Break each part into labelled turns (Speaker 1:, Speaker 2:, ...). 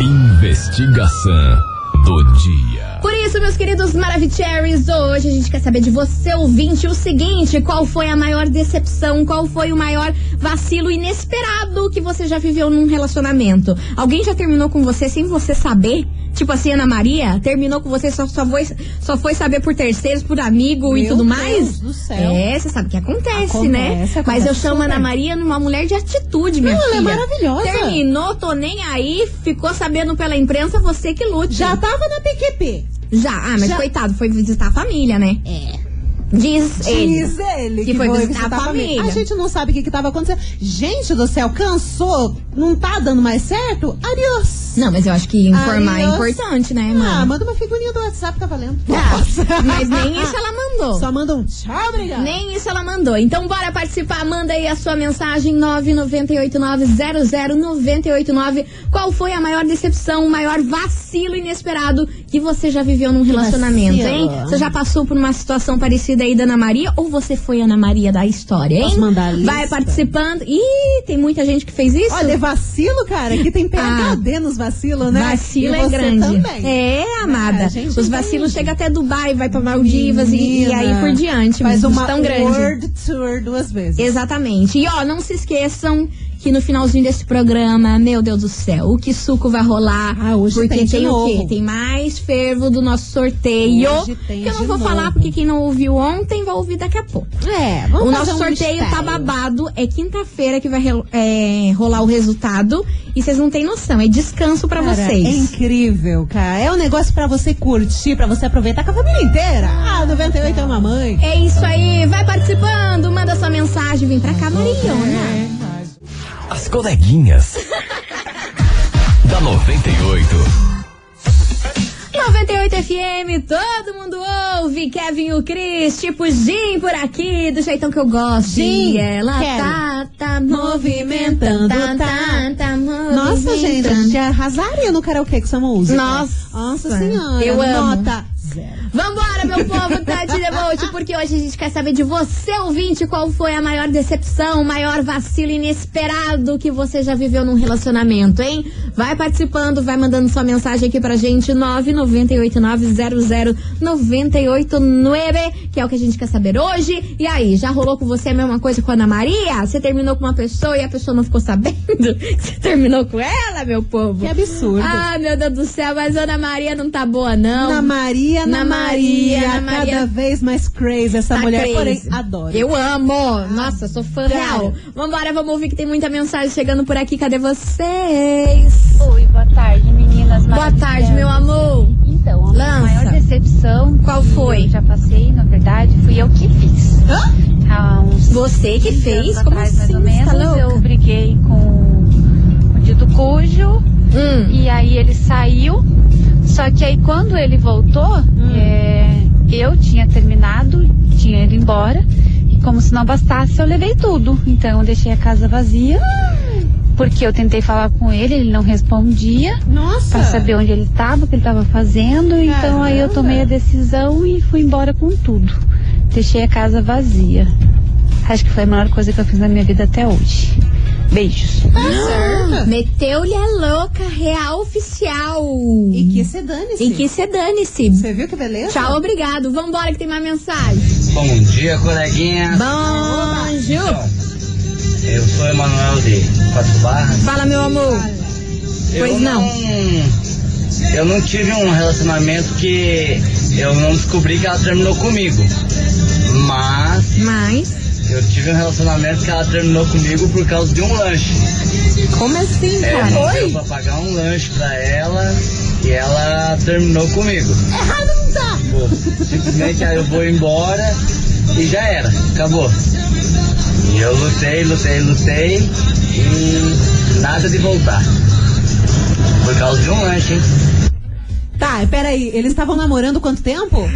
Speaker 1: Investigação do dia.
Speaker 2: Por isso, meus queridos Maravicheries, hoje a gente quer saber de você, ouvinte, o seguinte: qual foi a maior decepção, qual foi o maior vacilo inesperado que você já viveu num relacionamento? Alguém já terminou com você sem você saber? Tipo assim, Ana Maria, terminou com você, só, só, foi, só foi saber por terceiros, por amigo e
Speaker 3: Meu
Speaker 2: tudo
Speaker 3: Deus
Speaker 2: mais?
Speaker 3: do céu.
Speaker 2: É, você sabe que acontece,
Speaker 3: Acontece,
Speaker 2: né? Mas
Speaker 3: acontece
Speaker 2: eu chamo
Speaker 3: super.
Speaker 2: Ana Maria numa mulher de atitude, minha
Speaker 3: Não, ela
Speaker 2: filha.
Speaker 3: é maravilhosa.
Speaker 2: Terminou, tô nem aí, ficou sabendo pela imprensa, você que lute.
Speaker 3: Já tava na PQP.
Speaker 2: Já, ah, mas
Speaker 3: Já-
Speaker 2: coitado, foi visitar a família, né?
Speaker 3: É.
Speaker 2: Diz, ele.
Speaker 3: Diz ele
Speaker 2: Que foi visitar a família.
Speaker 3: A gente não sabe o que, que tava acontecendo. Gente do céu, cansou? Não tá dando mais certo? Adiós.
Speaker 2: Não, mas eu acho que informar
Speaker 3: Ai,
Speaker 2: é
Speaker 3: nossa.
Speaker 2: importante, né,
Speaker 3: Ah,
Speaker 2: mano?
Speaker 3: manda uma figurinha do WhatsApp, tá valendo.
Speaker 2: Ah, mas nem isso ela mandou.
Speaker 3: Só manda um tchau, obrigado.
Speaker 2: Nem isso ela mandou. Então bora participar. Manda aí a sua mensagem 998900989. Qual foi a maior decepção, o maior vacilo inesperado que você já viveu num relacionamento, hein?
Speaker 3: vacilo.
Speaker 2: Você já passou por uma situação parecida aí da Ana Maria ou você foi a Ana Maria da história, hein?
Speaker 3: Posso mandar a lista?
Speaker 2: Vai participando. Ih, tem muita gente que fez isso. Ah.
Speaker 3: Olha, é vacilo, cara, que tem PHD nos vacilos, né?
Speaker 2: Vacilo
Speaker 3: E
Speaker 2: é
Speaker 3: você
Speaker 2: grande.
Speaker 3: também.
Speaker 2: É, amada.
Speaker 3: É, a gente
Speaker 2: Os
Speaker 3: não
Speaker 2: vacilos
Speaker 3: tem-
Speaker 2: chegam até Dubai, vai pra Maldivas e, e
Speaker 3: Menina,
Speaker 2: aí por diante.
Speaker 3: Faz
Speaker 2: mas
Speaker 3: uma
Speaker 2: tão grande.
Speaker 3: world tour duas vezes.
Speaker 2: Exatamente. E ó, não se esqueçam que no finalzinho desse programa, meu Deus do céu, o que suco vai rolar?
Speaker 3: Ah, hoje
Speaker 2: porque
Speaker 3: tem de
Speaker 2: o quê?
Speaker 3: novo.
Speaker 2: Tem mais fervo do nosso sorteio.
Speaker 3: Hoje tem
Speaker 2: que eu não
Speaker 3: de
Speaker 2: vou
Speaker 3: novo.
Speaker 2: falar porque quem não ouviu ontem vai ouvir daqui a pouco.
Speaker 3: É,
Speaker 2: o
Speaker 3: fazer
Speaker 2: nosso
Speaker 3: um
Speaker 2: sorteio tá
Speaker 3: mistério.
Speaker 2: babado. É quinta-feira que vai rel- é, rolar o resultado. E vocês não têm noção. É descanso pra
Speaker 3: Cara, É
Speaker 2: vocês.
Speaker 3: incrível, cara. É um negócio pra você curtir, pra você aproveitar com a família inteira. Ah, 98 é uma mãe.
Speaker 2: É isso aí. Vai participando. Manda sua mensagem. Vem pra cá, Mariona.
Speaker 3: né?
Speaker 1: As coleguinhas. da 98.
Speaker 2: 98 FM, todo mundo ouve. Kevin e o Cris, tipo Jim por aqui, do jeitão que eu gosto.
Speaker 3: Jim,
Speaker 2: e ela
Speaker 3: quero.
Speaker 2: tá, tá movimentando, tá, tá, tá movimentando.
Speaker 3: Nossa, gente, a gente arrasaria no karaokê com essa música.
Speaker 2: Nossa.
Speaker 3: Nossa senhora.
Speaker 2: Eu amo.
Speaker 3: Nota zero.
Speaker 2: Vambora, meu povo, tá de deboche, porque hoje a gente quer saber de você, ouvinte, qual foi a maior decepção, o maior vacilo inesperado que você já viveu num relacionamento, hein? Vai participando, vai mandando sua mensagem aqui pra gente, 998900989, que é o que a gente quer saber hoje. E aí, já rolou com você a mesma coisa com a Ana Maria? Você terminou com uma pessoa e a pessoa não ficou sabendo que você terminou com ela, meu povo?
Speaker 3: Que absurdo.
Speaker 2: Ah, meu Deus do céu, mas a Ana Maria não tá boa, não.
Speaker 3: Ana Maria,
Speaker 2: Na
Speaker 3: Ana
Speaker 2: Maria,
Speaker 3: Maria,
Speaker 2: Ana Maria.
Speaker 3: cada vez mais crazy essa
Speaker 2: Tá
Speaker 3: mulher,
Speaker 2: crazy.
Speaker 3: porém adoro.
Speaker 2: Eu amo. Nossa, sou fã
Speaker 3: cara.
Speaker 2: real. Vambora, vamos ouvir que tem muita mensagem chegando por aqui. Cadê vocês?
Speaker 4: Oi, boa tarde, meninas.
Speaker 2: Boa tarde, meu amor.
Speaker 4: Então, a
Speaker 2: Lança.
Speaker 4: maior decepção
Speaker 2: Qual
Speaker 4: que
Speaker 2: foi?
Speaker 4: eu já passei, na verdade, fui eu que fiz.
Speaker 3: Hã?
Speaker 4: Há uns
Speaker 2: Você Você que
Speaker 4: 20
Speaker 2: fez?
Speaker 4: anos
Speaker 2: Como
Speaker 4: atrás, mais ou
Speaker 2: assim? Você
Speaker 4: menos,
Speaker 2: tá louca?
Speaker 4: eu briguei com o dito cujo
Speaker 2: Hum.
Speaker 4: e aí ele saiu. Só que aí quando ele voltou, é, eu tinha terminado, tinha ido embora. E como se não bastasse, eu levei tudo. Então eu deixei a casa vazia.
Speaker 2: Ah!
Speaker 4: Porque eu tentei falar com ele, ele não respondia.
Speaker 3: Nossa!
Speaker 4: Pra saber onde ele tava, o que ele tava fazendo. Então aí eu
Speaker 3: Caramba.
Speaker 4: tomei a decisão e fui embora com tudo. Deixei a casa vazia. Acho que foi a melhor coisa que eu fiz na minha vida até hoje. Beijos.
Speaker 3: Certa.
Speaker 2: Ah! Meteu-lhe a louca, real oficial.
Speaker 3: E que se dane-se.
Speaker 2: E que cê dane-se.
Speaker 3: Você tá viu que beleza?
Speaker 2: Tchau, obrigado. Vambora que tem mais mensagem.
Speaker 5: Bom dia, coleguinha.
Speaker 2: Banjo.
Speaker 5: Eu sou Emanuel de Quatro Barras.
Speaker 2: Fala, meu amor. Pois
Speaker 5: eu
Speaker 2: não.
Speaker 5: Eu não tive um relacionamento que eu não descobri que ela terminou comigo. Mas
Speaker 2: Mas,
Speaker 5: eu tive um relacionamento que ela terminou comigo por causa de um lanche.
Speaker 2: como assim,
Speaker 5: É,
Speaker 2: cara?
Speaker 5: não deu pra pagar um lanche pra ela e ela terminou comigo.
Speaker 3: Errado não tá.
Speaker 5: Pô, simplesmente aí eu vou embora e já era, acabou. E eu lutei, lutei, lutei e nada de voltar. Por causa de um lanche, hein?
Speaker 3: Tá, peraí. Eles estavam namorando quanto tempo?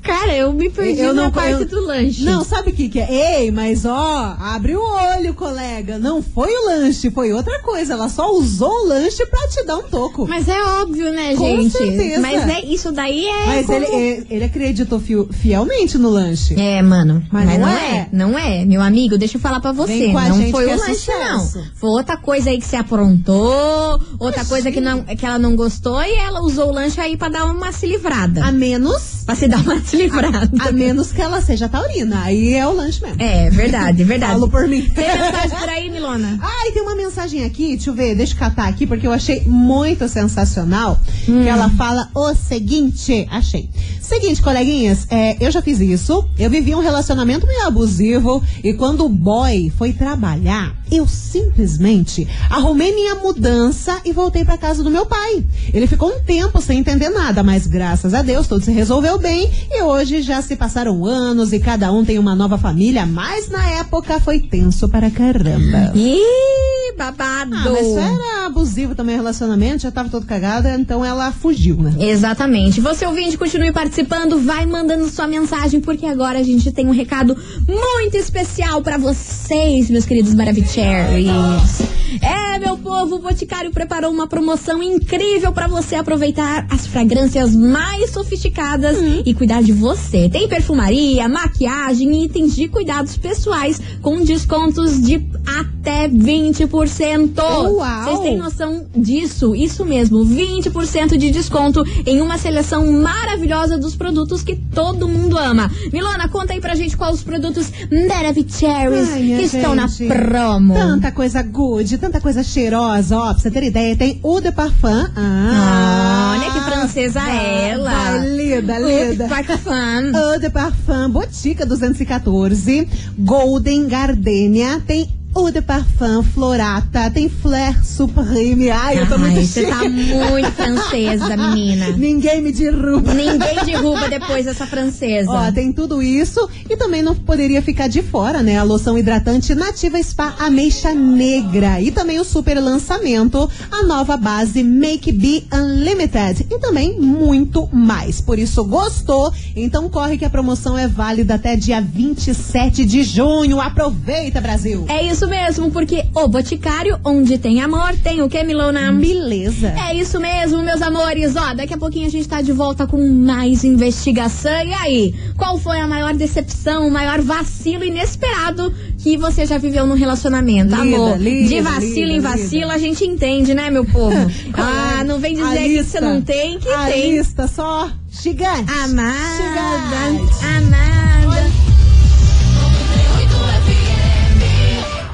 Speaker 2: Cara, eu me perdi
Speaker 3: Eu
Speaker 2: na
Speaker 3: não-
Speaker 2: parte
Speaker 3: eu-
Speaker 2: do lanche.
Speaker 3: Não, sabe o que que é? Ei, mas ó, abre o olho, colega. Não foi o lanche, foi outra coisa. Ela só usou o lanche pra te dar um toco.
Speaker 2: Mas é óbvio, né,
Speaker 3: Com
Speaker 2: gente?
Speaker 3: certeza.
Speaker 2: Mas é isso daí é.
Speaker 3: Mas
Speaker 2: como-
Speaker 3: ele, ele- ele acreditou fio- fielmente no lanche.
Speaker 2: É, mano.
Speaker 3: Mas
Speaker 2: Mas,
Speaker 3: não
Speaker 2: não,
Speaker 3: é.
Speaker 2: é. Não é, meu amigo. Deixa eu falar pra você.
Speaker 3: Vem com a
Speaker 2: não
Speaker 3: gente
Speaker 2: foi
Speaker 3: que
Speaker 2: o
Speaker 3: é
Speaker 2: lanche,
Speaker 3: sucesso.
Speaker 2: não. Foi outra coisa aí que você aprontou. Outra coisa que, não, que ela não gostou. E ela usou o lanche aí pra dar uma se livrada.
Speaker 3: A menos.
Speaker 2: Pra se dar uma se livrada.
Speaker 3: A menos que ela seja taurina. Aí é o lanche mesmo.
Speaker 2: É, verdade, verdade.
Speaker 3: Falo por mim.
Speaker 2: Tem mensagem por aí, Milona?
Speaker 3: Ai, tem uma mensagem aqui, deixa eu ver, deixa eu catar aqui, porque eu achei muito sensacional. Que ela fala o seguinte: achei. Seguinte, coleguinhas, é, eu já fiz isso. Eu vivi um relacionamento meio abusivo. E quando o boy foi trabalhar, eu simplesmente arrumei minha mudança e voltei pra casa do meu pai. Ele ficou um tempo sem entender nada, mas graças a Deus tudo se resolveu bem. E hoje já se passaram anos e cada um tem uma nova família, mas na época foi tenso para caramba.
Speaker 2: Ih, babado.
Speaker 3: Ah, mas isso era abusivo também o relacionamento, já tava todo cagada, então ela fugiu, né?
Speaker 2: Exatamente. Você ouvinte, continue participando, vai mandando sua mensagem, porque agora a gente tem um recado muito especial pra vocês, meus queridos Maravicheries. É, meu povo, o Boticário preparou uma promoção incrível pra você aproveitar as fragrâncias mais sofisticadas e cuidar de você. Tem perfumaria, maquiagem e itens de cuidados pessoais com descontos de até 20%.
Speaker 3: Uau!
Speaker 2: Vocês têm noção disso? Isso mesmo, 20% de desconto em uma seleção maravilhosa dos produtos que todo mundo ama. Milona, conta aí pra gente quais os produtos Maravicheries
Speaker 3: Ai,
Speaker 2: que
Speaker 3: minha
Speaker 2: estão na
Speaker 3: gente.
Speaker 2: promo.
Speaker 3: Tanta coisa good, tanta coisa cheirosa, ó, pra você ter ideia, tem o de parfum. Ah,
Speaker 2: Olha que francesa ela.
Speaker 3: Vai, linda, linda.
Speaker 2: Opa, que fã.
Speaker 3: Eau de Parfum Botica 214, Golden Gardenia, tem Eau de Parfum Florata, tem Flair Supreme. Ai, eu tô muito
Speaker 2: Ai, você
Speaker 3: chique.
Speaker 2: tá muito francesa, menina.
Speaker 3: Ninguém me derruba.
Speaker 2: Ninguém derruba depois essa francesa.
Speaker 3: Ó, tem tudo isso e também não poderia ficar de fora, né? A loção hidratante Nativa Spa Ameixa Negra e também o super lançamento, a nova base Make Be Unlimited e também muito mais. Por isso, gostou? Então corre que a promoção é válida até dia 27 de junho. Aproveita, Brasil!
Speaker 2: É isso mesmo, porque o Boticário, onde tem amor, tem o que, Milona?
Speaker 3: Beleza!
Speaker 2: É isso mesmo, meus amores. Ó, daqui a pouquinho a gente tá de volta com mais investigação. E aí, qual foi a maior decepção, o maior vacilo inesperado que você já viveu num relacionamento?
Speaker 3: Lida,
Speaker 2: Amor,
Speaker 3: lida,
Speaker 2: de vacilo
Speaker 3: lida,
Speaker 2: em vacilo a gente entende, né, meu povo? ah, não vem dizer
Speaker 3: A
Speaker 2: que
Speaker 3: lista.
Speaker 2: você não tem, que
Speaker 3: a
Speaker 2: tem.
Speaker 3: lista só gigante!
Speaker 2: Amada,
Speaker 3: Gigante.
Speaker 2: amada.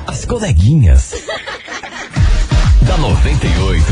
Speaker 1: As coleguinhas. da 98.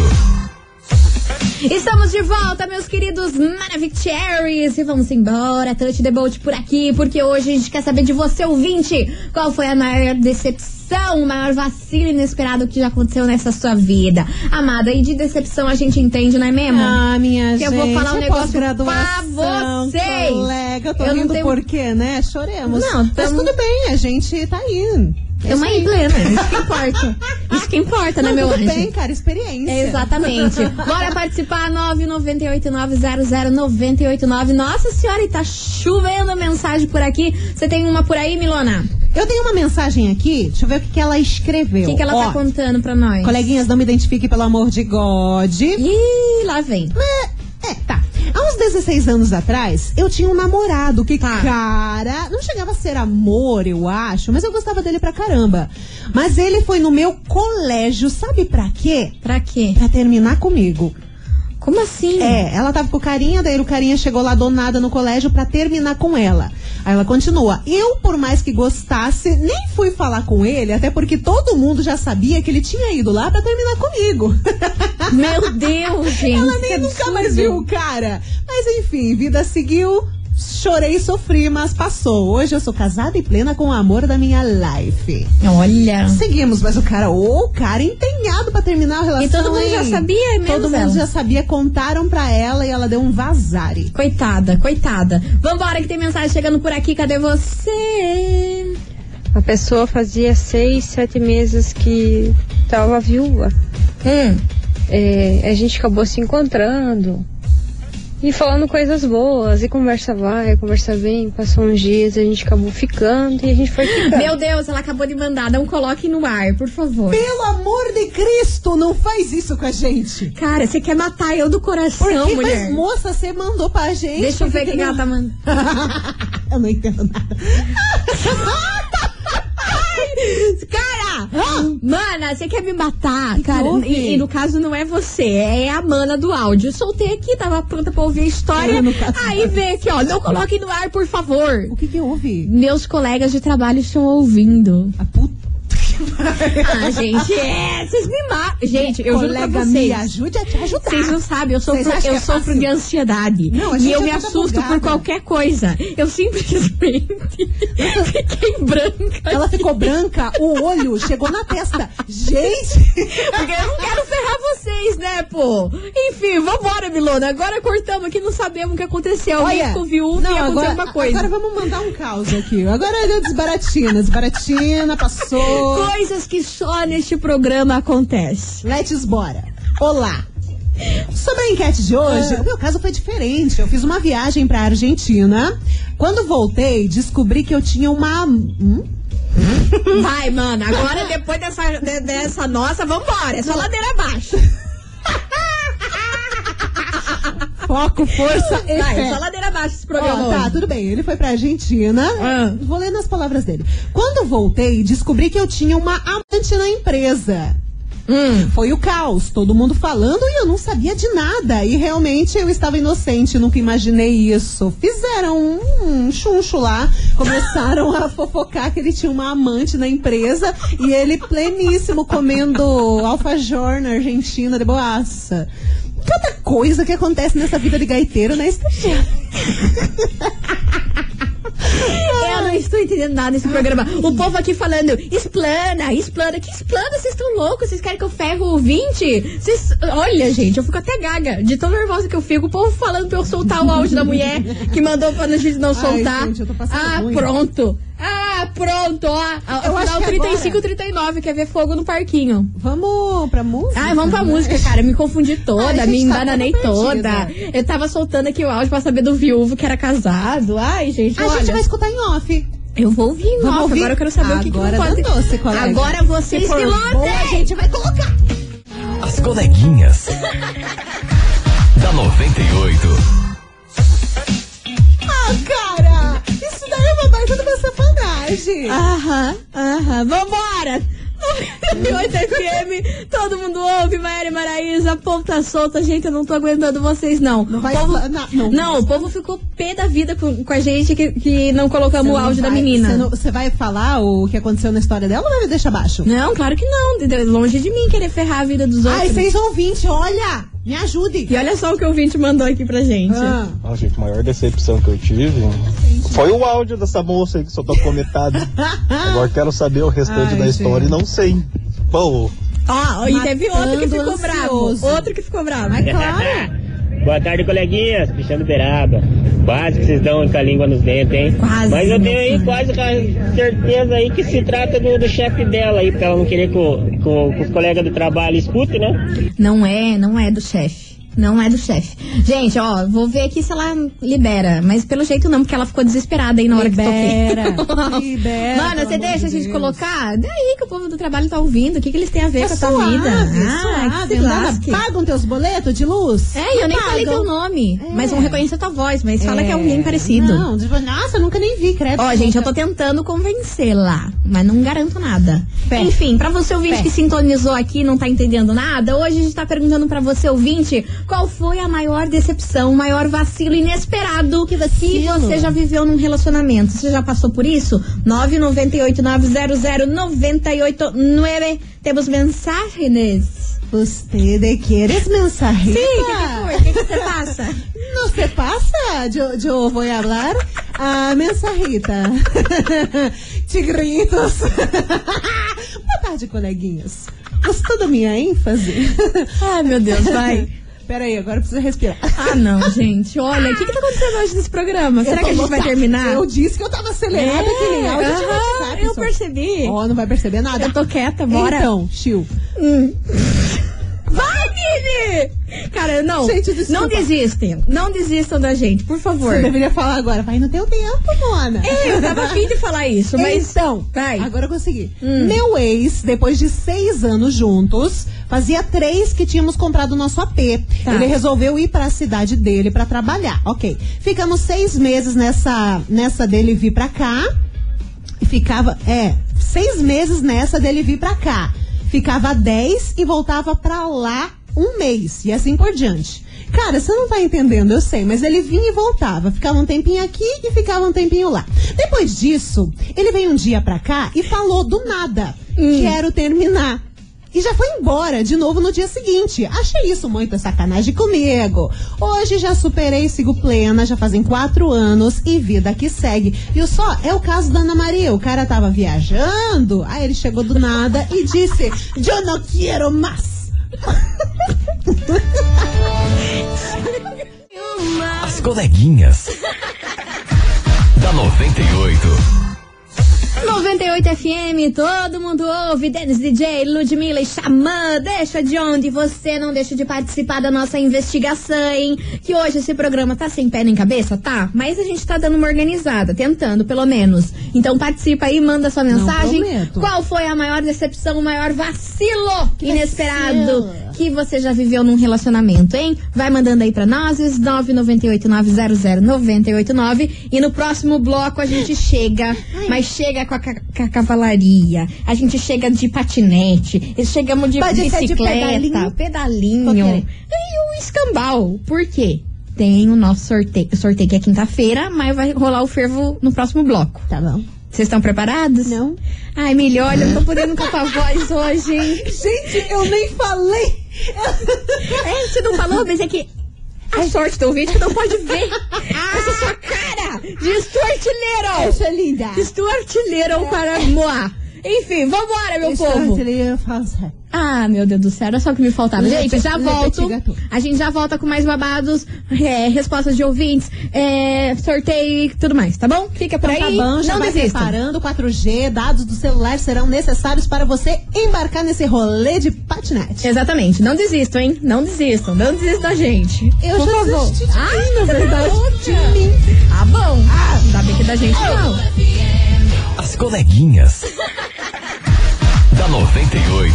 Speaker 2: Estamos de volta, meus queridos Maravicheries. E vamos embora, Touch the Bolt por aqui, porque hoje a gente quer saber de você, ouvinte, qual foi a maior decepção, o maior vacilo inesperado que já aconteceu nessa sua vida. Amada, e de decepção a gente entende, não é mesmo?
Speaker 3: Ah, minha
Speaker 2: Que
Speaker 3: gente.
Speaker 2: eu vou falar um
Speaker 3: é
Speaker 2: negócio
Speaker 3: pós-graduação,
Speaker 2: pra vocês.
Speaker 3: Colega, eu tô
Speaker 2: Eu não
Speaker 3: rindo
Speaker 2: tenho-
Speaker 3: por quê, né? Choremos.
Speaker 2: Não,
Speaker 3: Mas
Speaker 2: tamo-
Speaker 3: tudo bem, a gente tá aí.
Speaker 2: É uma plena, isso que importa. Isso que importa, né,
Speaker 3: Não,
Speaker 2: meu
Speaker 3: tudo
Speaker 2: anjo?
Speaker 3: bem, cara, experiência.
Speaker 2: É, Exatamente. Bora participar, 998900989. Nossa senhora, e tá chovendo mensagem por aqui. Você tem uma por aí, Milona?
Speaker 3: Eu tenho uma mensagem aqui, deixa eu ver o que, que ela escreveu.
Speaker 2: O que, que ela
Speaker 3: Ó,
Speaker 2: tá contando pra nós?
Speaker 3: Coleguinhas, não me identifique, pelo amor de God.
Speaker 2: Ih, lá vem.
Speaker 3: É, tá. Há uns 16 anos atrás, eu tinha um namorado que, cara, não chegava a ser amor, eu acho, mas eu gostava dele pra caramba. Mas ele foi no meu colégio, sabe pra quê?
Speaker 2: Pra quê?
Speaker 3: Pra terminar comigo.
Speaker 2: Como assim?
Speaker 3: É, ela tava com o carinha, daí o carinha chegou lá do nada no colégio pra terminar com ela. Aí ela continua. Eu, por mais que gostasse, nem fui falar com ele, até porque todo mundo já sabia que ele tinha ido lá pra terminar comigo.
Speaker 2: Meu Deus, gente.
Speaker 3: Ela
Speaker 2: que
Speaker 3: nem nunca
Speaker 2: absurdo.
Speaker 3: mais viu o cara. Mas enfim, vida seguiu. Chorei e sofri, mas passou. Hoje eu sou casada e plena com o amor da minha life.
Speaker 2: Olha.
Speaker 3: Seguimos, mas o cara, ô, o cara empenhado pra terminar a relação.
Speaker 2: E todo mundo
Speaker 3: hein?
Speaker 2: já sabia, é menos
Speaker 3: Todo mundo
Speaker 2: ela.
Speaker 3: já sabia, contaram pra ela e ela deu um vazare.
Speaker 2: Coitada, coitada. Vambora que tem mensagem chegando por aqui. Cadê você?
Speaker 6: A pessoa fazia seis, sete meses que estava viúva.
Speaker 2: Hum.
Speaker 6: É, a gente acabou se encontrando e falando coisas boas, e conversa vai, conversa vem. Passou uns dias, a gente acabou ficando e a gente foi ficando.
Speaker 2: Meu Deus, ela acabou de mandar. Não coloque no ar, por favor.
Speaker 3: Pelo amor de Cristo, não faz isso com a gente.
Speaker 2: Cara, você quer matar eu do coração,
Speaker 3: Porque que
Speaker 2: mulher?
Speaker 3: mas, moça, você mandou pra gente.
Speaker 2: Deixa eu ver o
Speaker 3: Por
Speaker 2: que, que ela
Speaker 3: não-
Speaker 2: tá mandando.
Speaker 3: Eu não entendo nada.
Speaker 2: Cara! Mana, você quer me matar?
Speaker 3: Que
Speaker 2: cara,
Speaker 3: houve?
Speaker 2: e, e no caso não é você, é a mana do áudio. Eu soltei aqui, tava pronta pra ouvir a história.
Speaker 3: Eu É, não faço
Speaker 2: Aí vem aqui, ó, não coloque no ar, por favor.
Speaker 3: O que que houve?
Speaker 2: Meus colegas de trabalho estão ouvindo.
Speaker 3: A puta.
Speaker 2: Ah, gente, é, vocês me matam. Gente, eu juro pra
Speaker 3: Colega,
Speaker 2: vocês.
Speaker 3: me ajude a te ajudar.
Speaker 2: Vocês não sabem, eu sofro,
Speaker 3: Vocês acham
Speaker 2: eu
Speaker 3: que é
Speaker 2: sofro
Speaker 3: fácil?
Speaker 2: de ansiedade.
Speaker 3: Não, a
Speaker 2: e
Speaker 3: gente
Speaker 2: eu
Speaker 3: é
Speaker 2: me
Speaker 3: toda
Speaker 2: assusto por
Speaker 3: bugada.
Speaker 2: qualquer coisa. Eu simplesmente fiquei branca.
Speaker 3: Ela ficou branca, o olho chegou na testa. Gente!
Speaker 2: Porque eu não quero ferrar vocês, né, pô? Enfim, vambora, Milona. Agora cortamos aqui, não sabemos o que aconteceu. Olha, ficou viúva e aconteceu alguma coisa.
Speaker 3: agora vamos mandar um caos aqui. Agora ele desbaratina. Desbaratina, passou.
Speaker 2: Coisas que só neste programa acontece.
Speaker 3: Let's bora. Olá. Sobre a enquete de hoje, o meu caso foi diferente. Eu fiz uma viagem pra Argentina. Quando voltei, descobri que eu tinha uma. Hum?
Speaker 2: Vai, mano. Agora, depois dessa, de- dessa nossa, vambora. É só ladeira abaixo.
Speaker 3: Foco, força e
Speaker 2: Vai, é
Speaker 3: fé.
Speaker 2: só ladeira abaixo esse programa.
Speaker 3: Ó, tá,
Speaker 2: hoje.
Speaker 3: tudo bem. Ele foi pra Argentina.
Speaker 2: Ah.
Speaker 3: Vou ler nas palavras dele. Quando voltei, descobri que eu tinha uma amante na empresa.
Speaker 2: Hum.
Speaker 3: Foi o caos, todo mundo falando e eu não sabia de nada. E realmente eu estava inocente, nunca imaginei isso. Fizeram um, um chuncho lá, começaram a fofocar que ele tinha uma amante na empresa e ele pleníssimo comendo alfajor na Argentina de boaça. Cada coisa que acontece nessa vida de gaiteiro, né?
Speaker 2: É, Eu não estou entendendo nada desse programa. O povo aqui falando, explana, explana. Que explana? Vocês estão loucos? Vocês querem que eu ferro o ouvinte? Vocês... Olha, gente, eu fico até gaga de tão nervosa que eu fico. O povo falando pra eu soltar o áudio da mulher que mandou pra gente não soltar.
Speaker 3: gente, eu tô passando
Speaker 2: ah,
Speaker 3: ruim.
Speaker 2: pronto. Ah, pronto. Ó, Ah,
Speaker 3: Eu acho
Speaker 2: final
Speaker 3: que
Speaker 2: 35, 39, quer ver fogo no parquinho.
Speaker 3: Vamos pra música?
Speaker 2: Ah, vamos pra música, cara. Eu me confundi
Speaker 3: Ai,
Speaker 2: toda,
Speaker 3: gente,
Speaker 2: me
Speaker 3: tá
Speaker 2: embananei
Speaker 3: toda
Speaker 2: toda.
Speaker 3: perdida.
Speaker 2: Eu tava soltando aqui o áudio pra saber do viúvo que era casado. Ai, gente,
Speaker 3: A
Speaker 2: olha.
Speaker 3: gente vai escutar em off.
Speaker 2: Eu vou ouvir em
Speaker 3: Vamos
Speaker 2: off,
Speaker 3: ouvir?
Speaker 2: agora eu quero saber o que, que não
Speaker 3: Agora
Speaker 2: pode...
Speaker 3: danou-se, colega.
Speaker 2: Agora vocês
Speaker 3: for
Speaker 2: se
Speaker 3: boa, a
Speaker 2: lancem!
Speaker 3: gente vai colocar.
Speaker 7: As coleguinhas. da 98.
Speaker 3: Ah, cara! Isso daí é uma baita de uma safanagem.
Speaker 2: Aham, aham, vambora! 98 FM, todo mundo ouve, Maíra e Maraísa, ponta solta, gente, eu não tô aguentando vocês, não.
Speaker 3: Não vai
Speaker 2: O povo-
Speaker 3: falar- não, não.
Speaker 2: o povo ficou pé da vida com, com a gente que, que não colocamos o áudio da menina.
Speaker 3: Você
Speaker 2: Não...
Speaker 3: não- Você vai falar o que aconteceu na história dela ou vai me deixar abaixo?
Speaker 2: É claro que não, de- de- longe de mim querer ferrar a vida dos outros.
Speaker 3: Ai, vocês ouvintes, olha! Me ajude.
Speaker 2: E olha só o que o ouvinte mandou aqui pra gente.
Speaker 3: Ah.
Speaker 8: Ah, gente, a maior decepção que eu tive foi o áudio dessa moça aí que só tocou metade. Agora quero saber o restante
Speaker 3: Ai,
Speaker 8: da história e não sei. Pô,
Speaker 2: Ó, e teve outro que
Speaker 3: Ah. Matando
Speaker 2: ficou
Speaker 3: ansioso.
Speaker 2: bravo. Outro que ficou bravo.
Speaker 3: Mas claro.
Speaker 9: Boa tarde, coleguinhas. Cristiano Beraba. Quase que vocês dão com a língua nos dentes, hein?
Speaker 2: Quase,
Speaker 9: Mas eu
Speaker 2: meu
Speaker 9: tenho aí
Speaker 2: filho.
Speaker 9: quase com a certeza aí que se trata do, do chefe dela aí, pra ela não querer que, o- que o- que os colegas do trabalho escutem, né?
Speaker 2: Não é, não é do chefe. Não é do chefe. Gente, ó, vou ver aqui se ela libera. Mas pelo jeito não, porque ela ficou desesperada aí na hora que eu
Speaker 3: Libera,
Speaker 2: toquei.
Speaker 3: libera,
Speaker 2: Mano,
Speaker 3: pelo
Speaker 2: você
Speaker 3: amor de
Speaker 2: deixa a gente
Speaker 3: Deus.
Speaker 2: colocar? Daí que o povo do trabalho tá ouvindo. O que, que eles têm a ver
Speaker 3: É
Speaker 2: com a tua
Speaker 3: suave,
Speaker 2: vida? ah,
Speaker 3: suave,
Speaker 2: que se
Speaker 3: nada.
Speaker 2: lasque.
Speaker 3: Pagam teus boletos de luz?
Speaker 2: É, e eu nem falei teu nome.
Speaker 3: É.
Speaker 2: Mas vão reconhecer tua voz, mas fala que é alguém parecido.
Speaker 3: Não, tipo, nossa, nunca nem vi, credo.
Speaker 2: Ó, gente, eu tô tentando convencê-la, mas não garanto nada.
Speaker 3: Pé.
Speaker 2: Enfim, pra você ouvinte
Speaker 3: Pé.
Speaker 2: que sintonizou aqui e não tá entendendo nada, hoje a gente tá perguntando pra você ouvinte qual foi a maior decepção, o maior vacilo inesperado que, você já viveu num relacionamento. Você já passou por isso? 998-900-989. Temos mensagens?
Speaker 3: Você de queres mensagens?
Speaker 2: Sim, o que, que você passa?
Speaker 3: Não se passa, yo, yo voy a hablar Ah, a mensajita. Tigritos. Boa tarde, coleguinhas. Gostou da minha ênfase?
Speaker 2: Ai, meu Deus, vai.
Speaker 3: Peraí, agora eu preciso respirar.
Speaker 2: Ah, não, gente. Olha, o que, que tá acontecendo hoje nesse programa? Será que a gente vai terminar?
Speaker 3: Eu disse que eu tava acelerada, que nem áudio de
Speaker 2: aham,
Speaker 3: WhatsApp.
Speaker 2: eu
Speaker 3: só.
Speaker 2: percebi.
Speaker 3: Ó, não vai perceber nada.
Speaker 2: Eu tô quieta, bora.
Speaker 3: Então, Chiu.
Speaker 2: Vai, Vini! Cara, não.
Speaker 3: Gente, desculpa.
Speaker 2: não desistem. Não desistam da gente, por favor.
Speaker 3: Você deveria falar agora. Vai no teu tempo, Mona.
Speaker 2: É, eu tava afim de falar isso, mas.
Speaker 3: então,
Speaker 2: vai. Hum.
Speaker 3: agora eu consegui. Meu ex, depois de seis anos juntos, fazia três que tínhamos comprado o nosso AP.
Speaker 2: Tá.
Speaker 3: Ele resolveu ir pra cidade dele pra trabalhar. Ok. Ficamos seis meses nessa, nessa dele vir pra cá. E ficava, é, seis meses nessa dele vir pra cá. Ficava 10 e voltava pra lá um mês, e assim por diante. Cara, você não tá entendendo, eu sei, mas ele vinha e voltava. Ficava um tempinho aqui e ficava um tempinho lá. Depois disso, ele veio um dia pra cá e falou do nada: quero terminar. E já foi embora de novo no dia seguinte. Achei isso muita sacanagem comigo. Hoje já superei, sigo plena, já fazem quatro anos e vida que segue. Viu só? É o caso da Ana Maria. O cara tava viajando, aí ele chegou do nada e disse: Eu não quero mais.
Speaker 7: As coleguinhas. da 98.
Speaker 2: 98 FM, todo mundo ouve. Dennis DJ, Ludmilla e Xamã, deixa de onde você não deixa de participar da nossa investigação, hein? Que hoje esse programa tá sem pé nem cabeça, tá? Mas a gente tá dando uma organizada, tentando pelo menos. Então participa aí, manda sua mensagem.
Speaker 3: prometo.
Speaker 2: Qual foi a maior decepção, o maior vacilo inesperado
Speaker 3: vacilo.
Speaker 2: que você já viveu num relacionamento, hein? Vai mandando aí pra nós, 998-900-989. E no próximo bloco a gente chega, mas chega com a, ca- com a cavalaria. A gente chega de patinete, e chegamos de
Speaker 3: Pode ser é de
Speaker 2: bicicleta,
Speaker 3: pedalinho.
Speaker 2: pedalinho.
Speaker 3: Ok.
Speaker 2: E o escambau. Por quê? Tem o nosso sorteio, sorteio que é quinta-feira, mas vai rolar o fervo no próximo bloco.
Speaker 3: Tá bom.
Speaker 2: Vocês estão preparados?
Speaker 3: Não.
Speaker 2: Ai, melhor, olha, eu não tô podendo com a tua voz hoje, hein?
Speaker 3: Gente, eu nem falei.
Speaker 2: É, você não falou, mas é que a sorte do ouvinte que não pode ver essa sua cara de estortilheiro.
Speaker 3: Poxa, é linda.
Speaker 2: Estortilheiro para moi. Enfim, vambora, meu é
Speaker 3: é
Speaker 2: povo.
Speaker 3: "Então
Speaker 2: Ah, meu Deus do céu, era só o que me faltava.
Speaker 3: Leite-
Speaker 2: Gente, já
Speaker 3: leite
Speaker 2: volto.
Speaker 3: gato.
Speaker 2: A gente já volta com mais babados, é, respostas de ouvintes, é, sorteio e tudo mais, tá bom? Fica por
Speaker 3: Então
Speaker 2: aí.
Speaker 3: tá bom, já
Speaker 2: não
Speaker 3: vai
Speaker 2: desista.
Speaker 3: preparando o 4G, dados do celular serão necessários para você embarcar nesse rolê de patinete.
Speaker 2: Exatamente, não desistam, hein? Não desistam, não desistam da gente.
Speaker 3: Eu
Speaker 2: Por
Speaker 3: já
Speaker 2: favor.
Speaker 3: desisti de
Speaker 2: Ah,
Speaker 3: mim, na
Speaker 2: tá
Speaker 3: verdade.
Speaker 2: outra.
Speaker 3: De mim.
Speaker 2: Ah, bom. Ah, não dá bem que da gente não.
Speaker 7: As coleguinhas. da 98.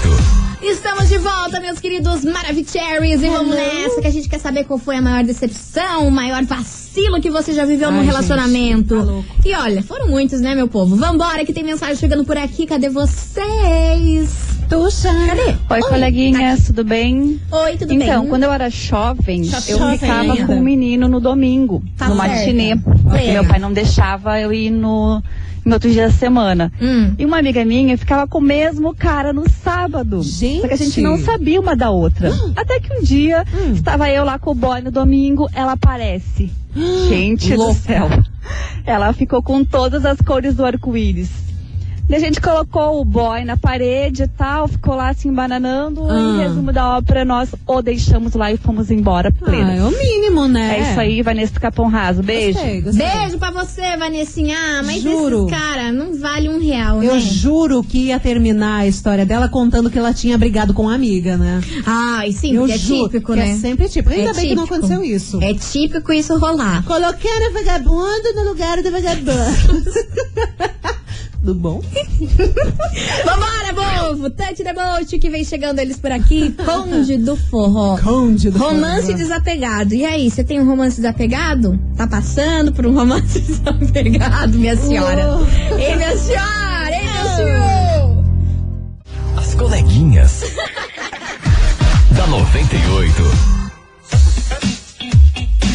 Speaker 2: Estamos de volta, meus queridos Maravicheries. E vamos nessa que a gente quer saber qual foi a maior decepção, o maior vacilo que você já viveu num
Speaker 3: Ai,
Speaker 2: relacionamento.
Speaker 3: gente, tá louco.
Speaker 2: e olha, foram muitos, né, meu povo? Vambora, que tem mensagem chegando por aqui. Cadê vocês?
Speaker 3: Tuxa.
Speaker 2: Cadê?
Speaker 4: Oi, coleguinhas, tudo bem?
Speaker 2: Oi,
Speaker 3: Então,
Speaker 2: tudo bem?
Speaker 4: Então, quando eu era jovem,
Speaker 2: Cho-
Speaker 4: eu
Speaker 2: jovem
Speaker 4: ficava
Speaker 2: ainda.
Speaker 4: com um menino no domingo,
Speaker 2: Tá
Speaker 4: no
Speaker 2: certa.
Speaker 4: matinê. Porque meu pai não deixava eu ir no, no outro dia da semana.
Speaker 2: Hum.
Speaker 4: E uma amiga minha ficava com o mesmo cara no sábado. Gente. Só que a gente não sabia uma da outra. Até que um dia, estava eu lá com o boy no domingo, ela aparece. Gente do
Speaker 10: Louca.
Speaker 4: céu. Ela ficou com todas as cores do arco-íris. E a gente colocou o boy na parede e tal, ficou lá se embananando.
Speaker 10: Ah.
Speaker 4: E resumo da ópera, nós o deixamos lá e fomos embora plenos.
Speaker 2: Ah, é o
Speaker 3: mínimo, né?
Speaker 4: É isso aí, Vanessa do Capão Raso. Beijo.
Speaker 2: Beijo pra você, Vanessinha. Ah, mas
Speaker 3: Juro.
Speaker 2: esses cara não vale um real,
Speaker 3: Eu
Speaker 2: né?
Speaker 3: juro que ia terminar a história dela contando que ela tinha brigado com a amiga, né?
Speaker 2: Ai, sim,
Speaker 3: Eu
Speaker 2: porque é
Speaker 3: juro
Speaker 2: típico,
Speaker 3: que
Speaker 2: né?
Speaker 3: é sempre típico. Ainda
Speaker 2: É
Speaker 3: bem que não
Speaker 2: típico.
Speaker 3: aconteceu isso.
Speaker 2: É típico isso rolar.
Speaker 3: Colocando vagabundo no lugar do vagabundo. Tudo bom?
Speaker 2: Vambora, povo! Tante Debolt que vem chegando eles por aqui. Conde do forró.
Speaker 3: Conde do
Speaker 2: Romance
Speaker 3: forró.
Speaker 2: desapegado. E aí, você tem um romance desapegado? Tá passando por um romance desapegado, minha senhora?
Speaker 10: Uou.
Speaker 2: Ei, minha senhora! Ei, meu senhor!
Speaker 11: As coleguinhas. da 98.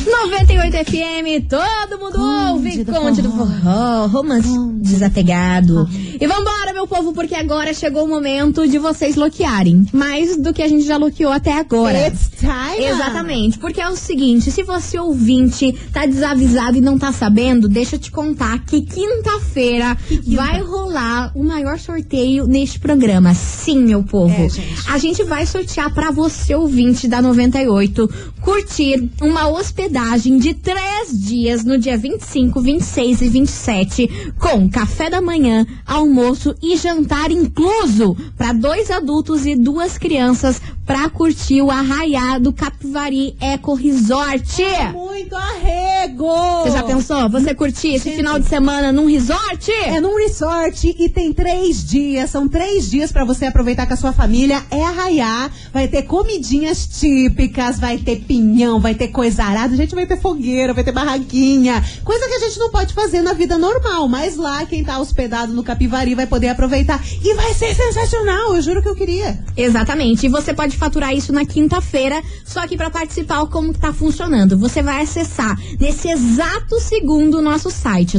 Speaker 2: 98 FM, todo mundo ouve Conde do Forró, romance desapegado. E vambora, meu povo, porque agora chegou o momento de vocês loquearem. Mais do que a gente já loqueou até agora.
Speaker 3: It's time.
Speaker 2: Exatamente, porque é o seguinte, se você ouvinte tá desavisado e não tá sabendo, deixa eu te contar que quinta-feira vai rolar o maior sorteio neste programa. Sim, meu povo.
Speaker 10: É, gente.
Speaker 2: A gente vai sortear pra você ouvinte da 98 curtir uma hospedagem de três dias no dia 25, 26 e 27 com café da manhã, almoço e jantar incluso pra dois adultos e duas crianças pra curtir o arraiá do Capivari Eco Resort.
Speaker 3: Muito arrego!
Speaker 2: Você já pensou? Você curtir esse final de semana num resort?
Speaker 3: É num resort e tem três dias. São três dias pra você aproveitar com a sua família. É arraiar. Vai ter comidinhas típicas, vai ter pinhão, vai ter coisa arada. A gente vai ter fogueira, vai ter barraquinha. Coisa que a gente não pode fazer na vida normal. Mas lá, quem tá hospedado no Capivari vai poder aproveitar. E vai ser sensacional. Eu juro que eu queria.
Speaker 2: Exatamente. E você pode faturar isso na quinta-feira. Só que pra participar, como que tá funcionando? Você vai acessar nesse exato segundo o nosso site,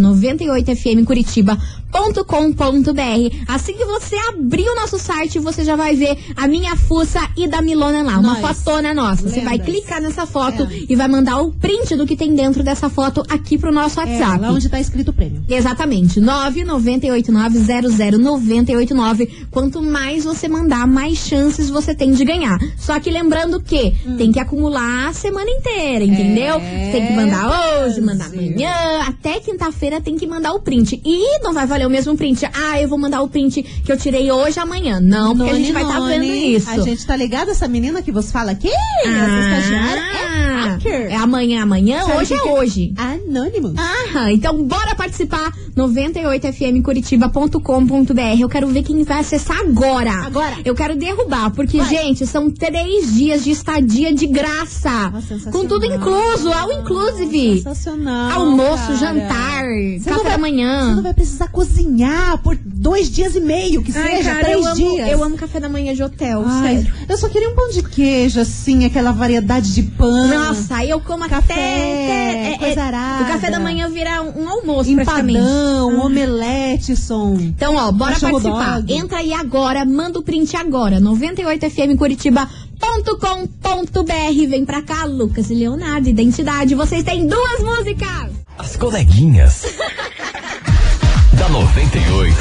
Speaker 2: 98fmcuritiba.com.br. Assim que você abrir o nosso site, você já vai ver a minha fuça e da Milona lá. Uma
Speaker 10: Nós.
Speaker 2: fotona nossa. Você vai
Speaker 10: Lendas.
Speaker 2: clicar
Speaker 3: É.
Speaker 2: nessa foto e vai mandar o print do que tem dentro dessa foto aqui pro nosso WhatsApp.
Speaker 3: lá onde tá escrito o prêmio.
Speaker 2: Exatamente, 998900989. Quanto mais você mandar, mais chances você tem de ganhar. Só que lembrando que
Speaker 3: Hum.
Speaker 2: tem que acumular a semana inteira, entendeu?
Speaker 3: É,
Speaker 2: Tem que mandar hoje, mandar amanhã, até quinta-feira tem que mandar o print. E não vai valer o mesmo print. Ah, eu vou mandar o print que eu tirei hoje amanhã. Não, porque a gente vai estar
Speaker 3: Noni,
Speaker 2: vendo
Speaker 3: Noni,
Speaker 2: isso. Ah.
Speaker 3: A gente tá ligado essa menina que você fala aqui? essa estagiária é hacker.
Speaker 2: É amanhã, amanhã,
Speaker 3: Sabe
Speaker 2: hoje
Speaker 3: o que
Speaker 2: é
Speaker 3: que é?
Speaker 2: hoje.
Speaker 3: Anônimo.
Speaker 2: Ah, então bora participar 98fmcuritiba.com.br. Eu quero ver quem vai acessar agora. Agora. Eu quero derrubar, porque, gente, são três dias de estadia de graça. com tudo incluso, ao inclusive.
Speaker 3: Sensacional.
Speaker 2: Almoço,
Speaker 3: cara.
Speaker 2: jantar,
Speaker 3: Você não
Speaker 2: café
Speaker 3: vai-
Speaker 2: da
Speaker 3: Você
Speaker 2: manhã.
Speaker 3: não vai precisar cozinhar por dois dias e meio, que
Speaker 2: Ai,
Speaker 3: seja,
Speaker 2: cara,
Speaker 3: três
Speaker 2: eu amo-
Speaker 3: dias.
Speaker 2: eu amo café da manhã de hotel,
Speaker 3: Ai,
Speaker 2: sério.
Speaker 3: Eu só queria um pão de queijo, assim, aquela variedade de pão.
Speaker 2: Nossa, aí eu como até, até- é- é-
Speaker 3: coisa arada.
Speaker 2: O café da manhã vira um, um almoço, praticamente.
Speaker 3: Empadão,
Speaker 2: Ah.
Speaker 3: omelete, som.
Speaker 2: Então, ó, bora
Speaker 3: Cachorro
Speaker 2: participar.
Speaker 3: dog.
Speaker 2: Entra aí agora, manda o print agora. 98fmcuritiba.com.br. Vem pra cá, Lucas e Leonardo, identidade. Vocês têm duas músicas!
Speaker 11: As coleguinhas. da 98.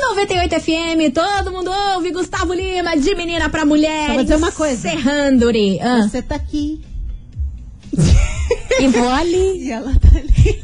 Speaker 2: 98 FM, todo mundo ouve. Gustavo Lima, de menina pra mulher.
Speaker 3: Só vou dizer uma coisa.
Speaker 2: Serrandori. Ah,
Speaker 3: Você tá aqui.
Speaker 2: e vou ali.
Speaker 3: E ela tá ali.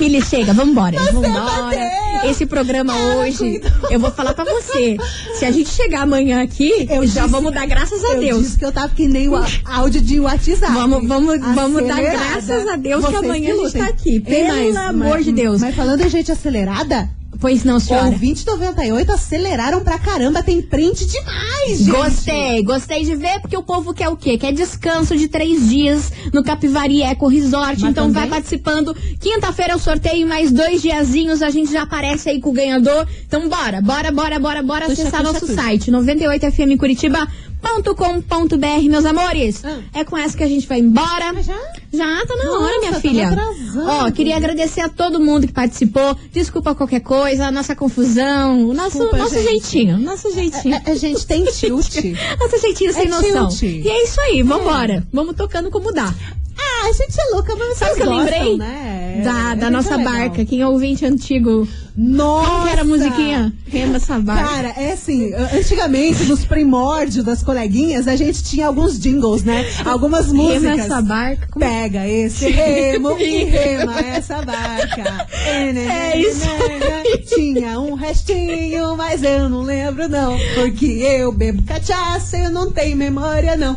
Speaker 2: Ele chega, vambora.
Speaker 3: Você
Speaker 2: vambora. Esse programa hoje, eu vou falar pra você. Se a gente chegar amanhã aqui, já
Speaker 3: disse-
Speaker 2: vamos dar graças a
Speaker 3: eu
Speaker 2: Deus.
Speaker 3: disse que eu tava que nem o á- áudio de WhatsApp.
Speaker 2: Vamos, vamos, vamos dar
Speaker 3: Acelerada.
Speaker 2: graças a Deus que
Speaker 3: Vocês
Speaker 2: amanhã a gente
Speaker 3: lutem.
Speaker 2: tá aqui.
Speaker 3: Tem
Speaker 2: Pelo
Speaker 3: mais,
Speaker 2: amor
Speaker 3: mas-
Speaker 2: de Deus.
Speaker 3: Mas falando em gente acelerada,
Speaker 2: Pois não, senhora.
Speaker 3: ouvinte 98 aceleraram pra caramba. Tem print demais, gente.
Speaker 2: Gostei, gostei de ver, porque o povo quer o quê? Quer descanso de três dias no Capivari Eco Resort.
Speaker 3: Mas
Speaker 2: então vai
Speaker 3: também-
Speaker 2: participando. Quinta-feira é o sorteio, mais dois diazinhos, a gente já aparece aí com o ganhador. Então bora, bora, bora, bora, bora
Speaker 3: Puxa,
Speaker 2: acessar
Speaker 3: puxa
Speaker 2: nosso
Speaker 3: tudo.
Speaker 2: site, 98fmcuritiba.com.br Atlântida.com.br, meus amores.
Speaker 3: Ah.
Speaker 2: É com essa que a gente vai embora. Já? Já, tá na hora, minha
Speaker 3: tava
Speaker 2: filha.
Speaker 3: atrasando.
Speaker 2: Ó, queria agradecer a todo mundo que participou. Desculpa qualquer coisa, a nossa confusão, o nosso,
Speaker 3: Desculpa,
Speaker 2: nosso
Speaker 3: gente. É,
Speaker 2: jeitinho, nosso jeitinho.
Speaker 3: A, a gente tem tilt.
Speaker 2: Nosso jeitinho sem
Speaker 3: É
Speaker 2: noção.
Speaker 3: tilt.
Speaker 2: E é isso aí, vambora. Vamos tocando como dá.
Speaker 3: Ah, a gente é louca, mas
Speaker 2: Sabe o que eu lembrei?
Speaker 3: né? É,
Speaker 2: Da, da nossa barca, quem é ouvinte antigo.
Speaker 3: Nossa!
Speaker 2: Como que era a musiquinha? Rema essa barca.
Speaker 3: Cara, é assim, antigamente, nos primórdios das coleguinhas, a gente tinha alguns jingles, né? Algumas músicas.
Speaker 2: Rema essa barca. Como-
Speaker 3: Pega esse remo e rema essa barca. né,
Speaker 2: É isso
Speaker 3: Tinha um restinho, mas eu não lembro não. Porque eu bebo cachaça, eu não tenho memória não.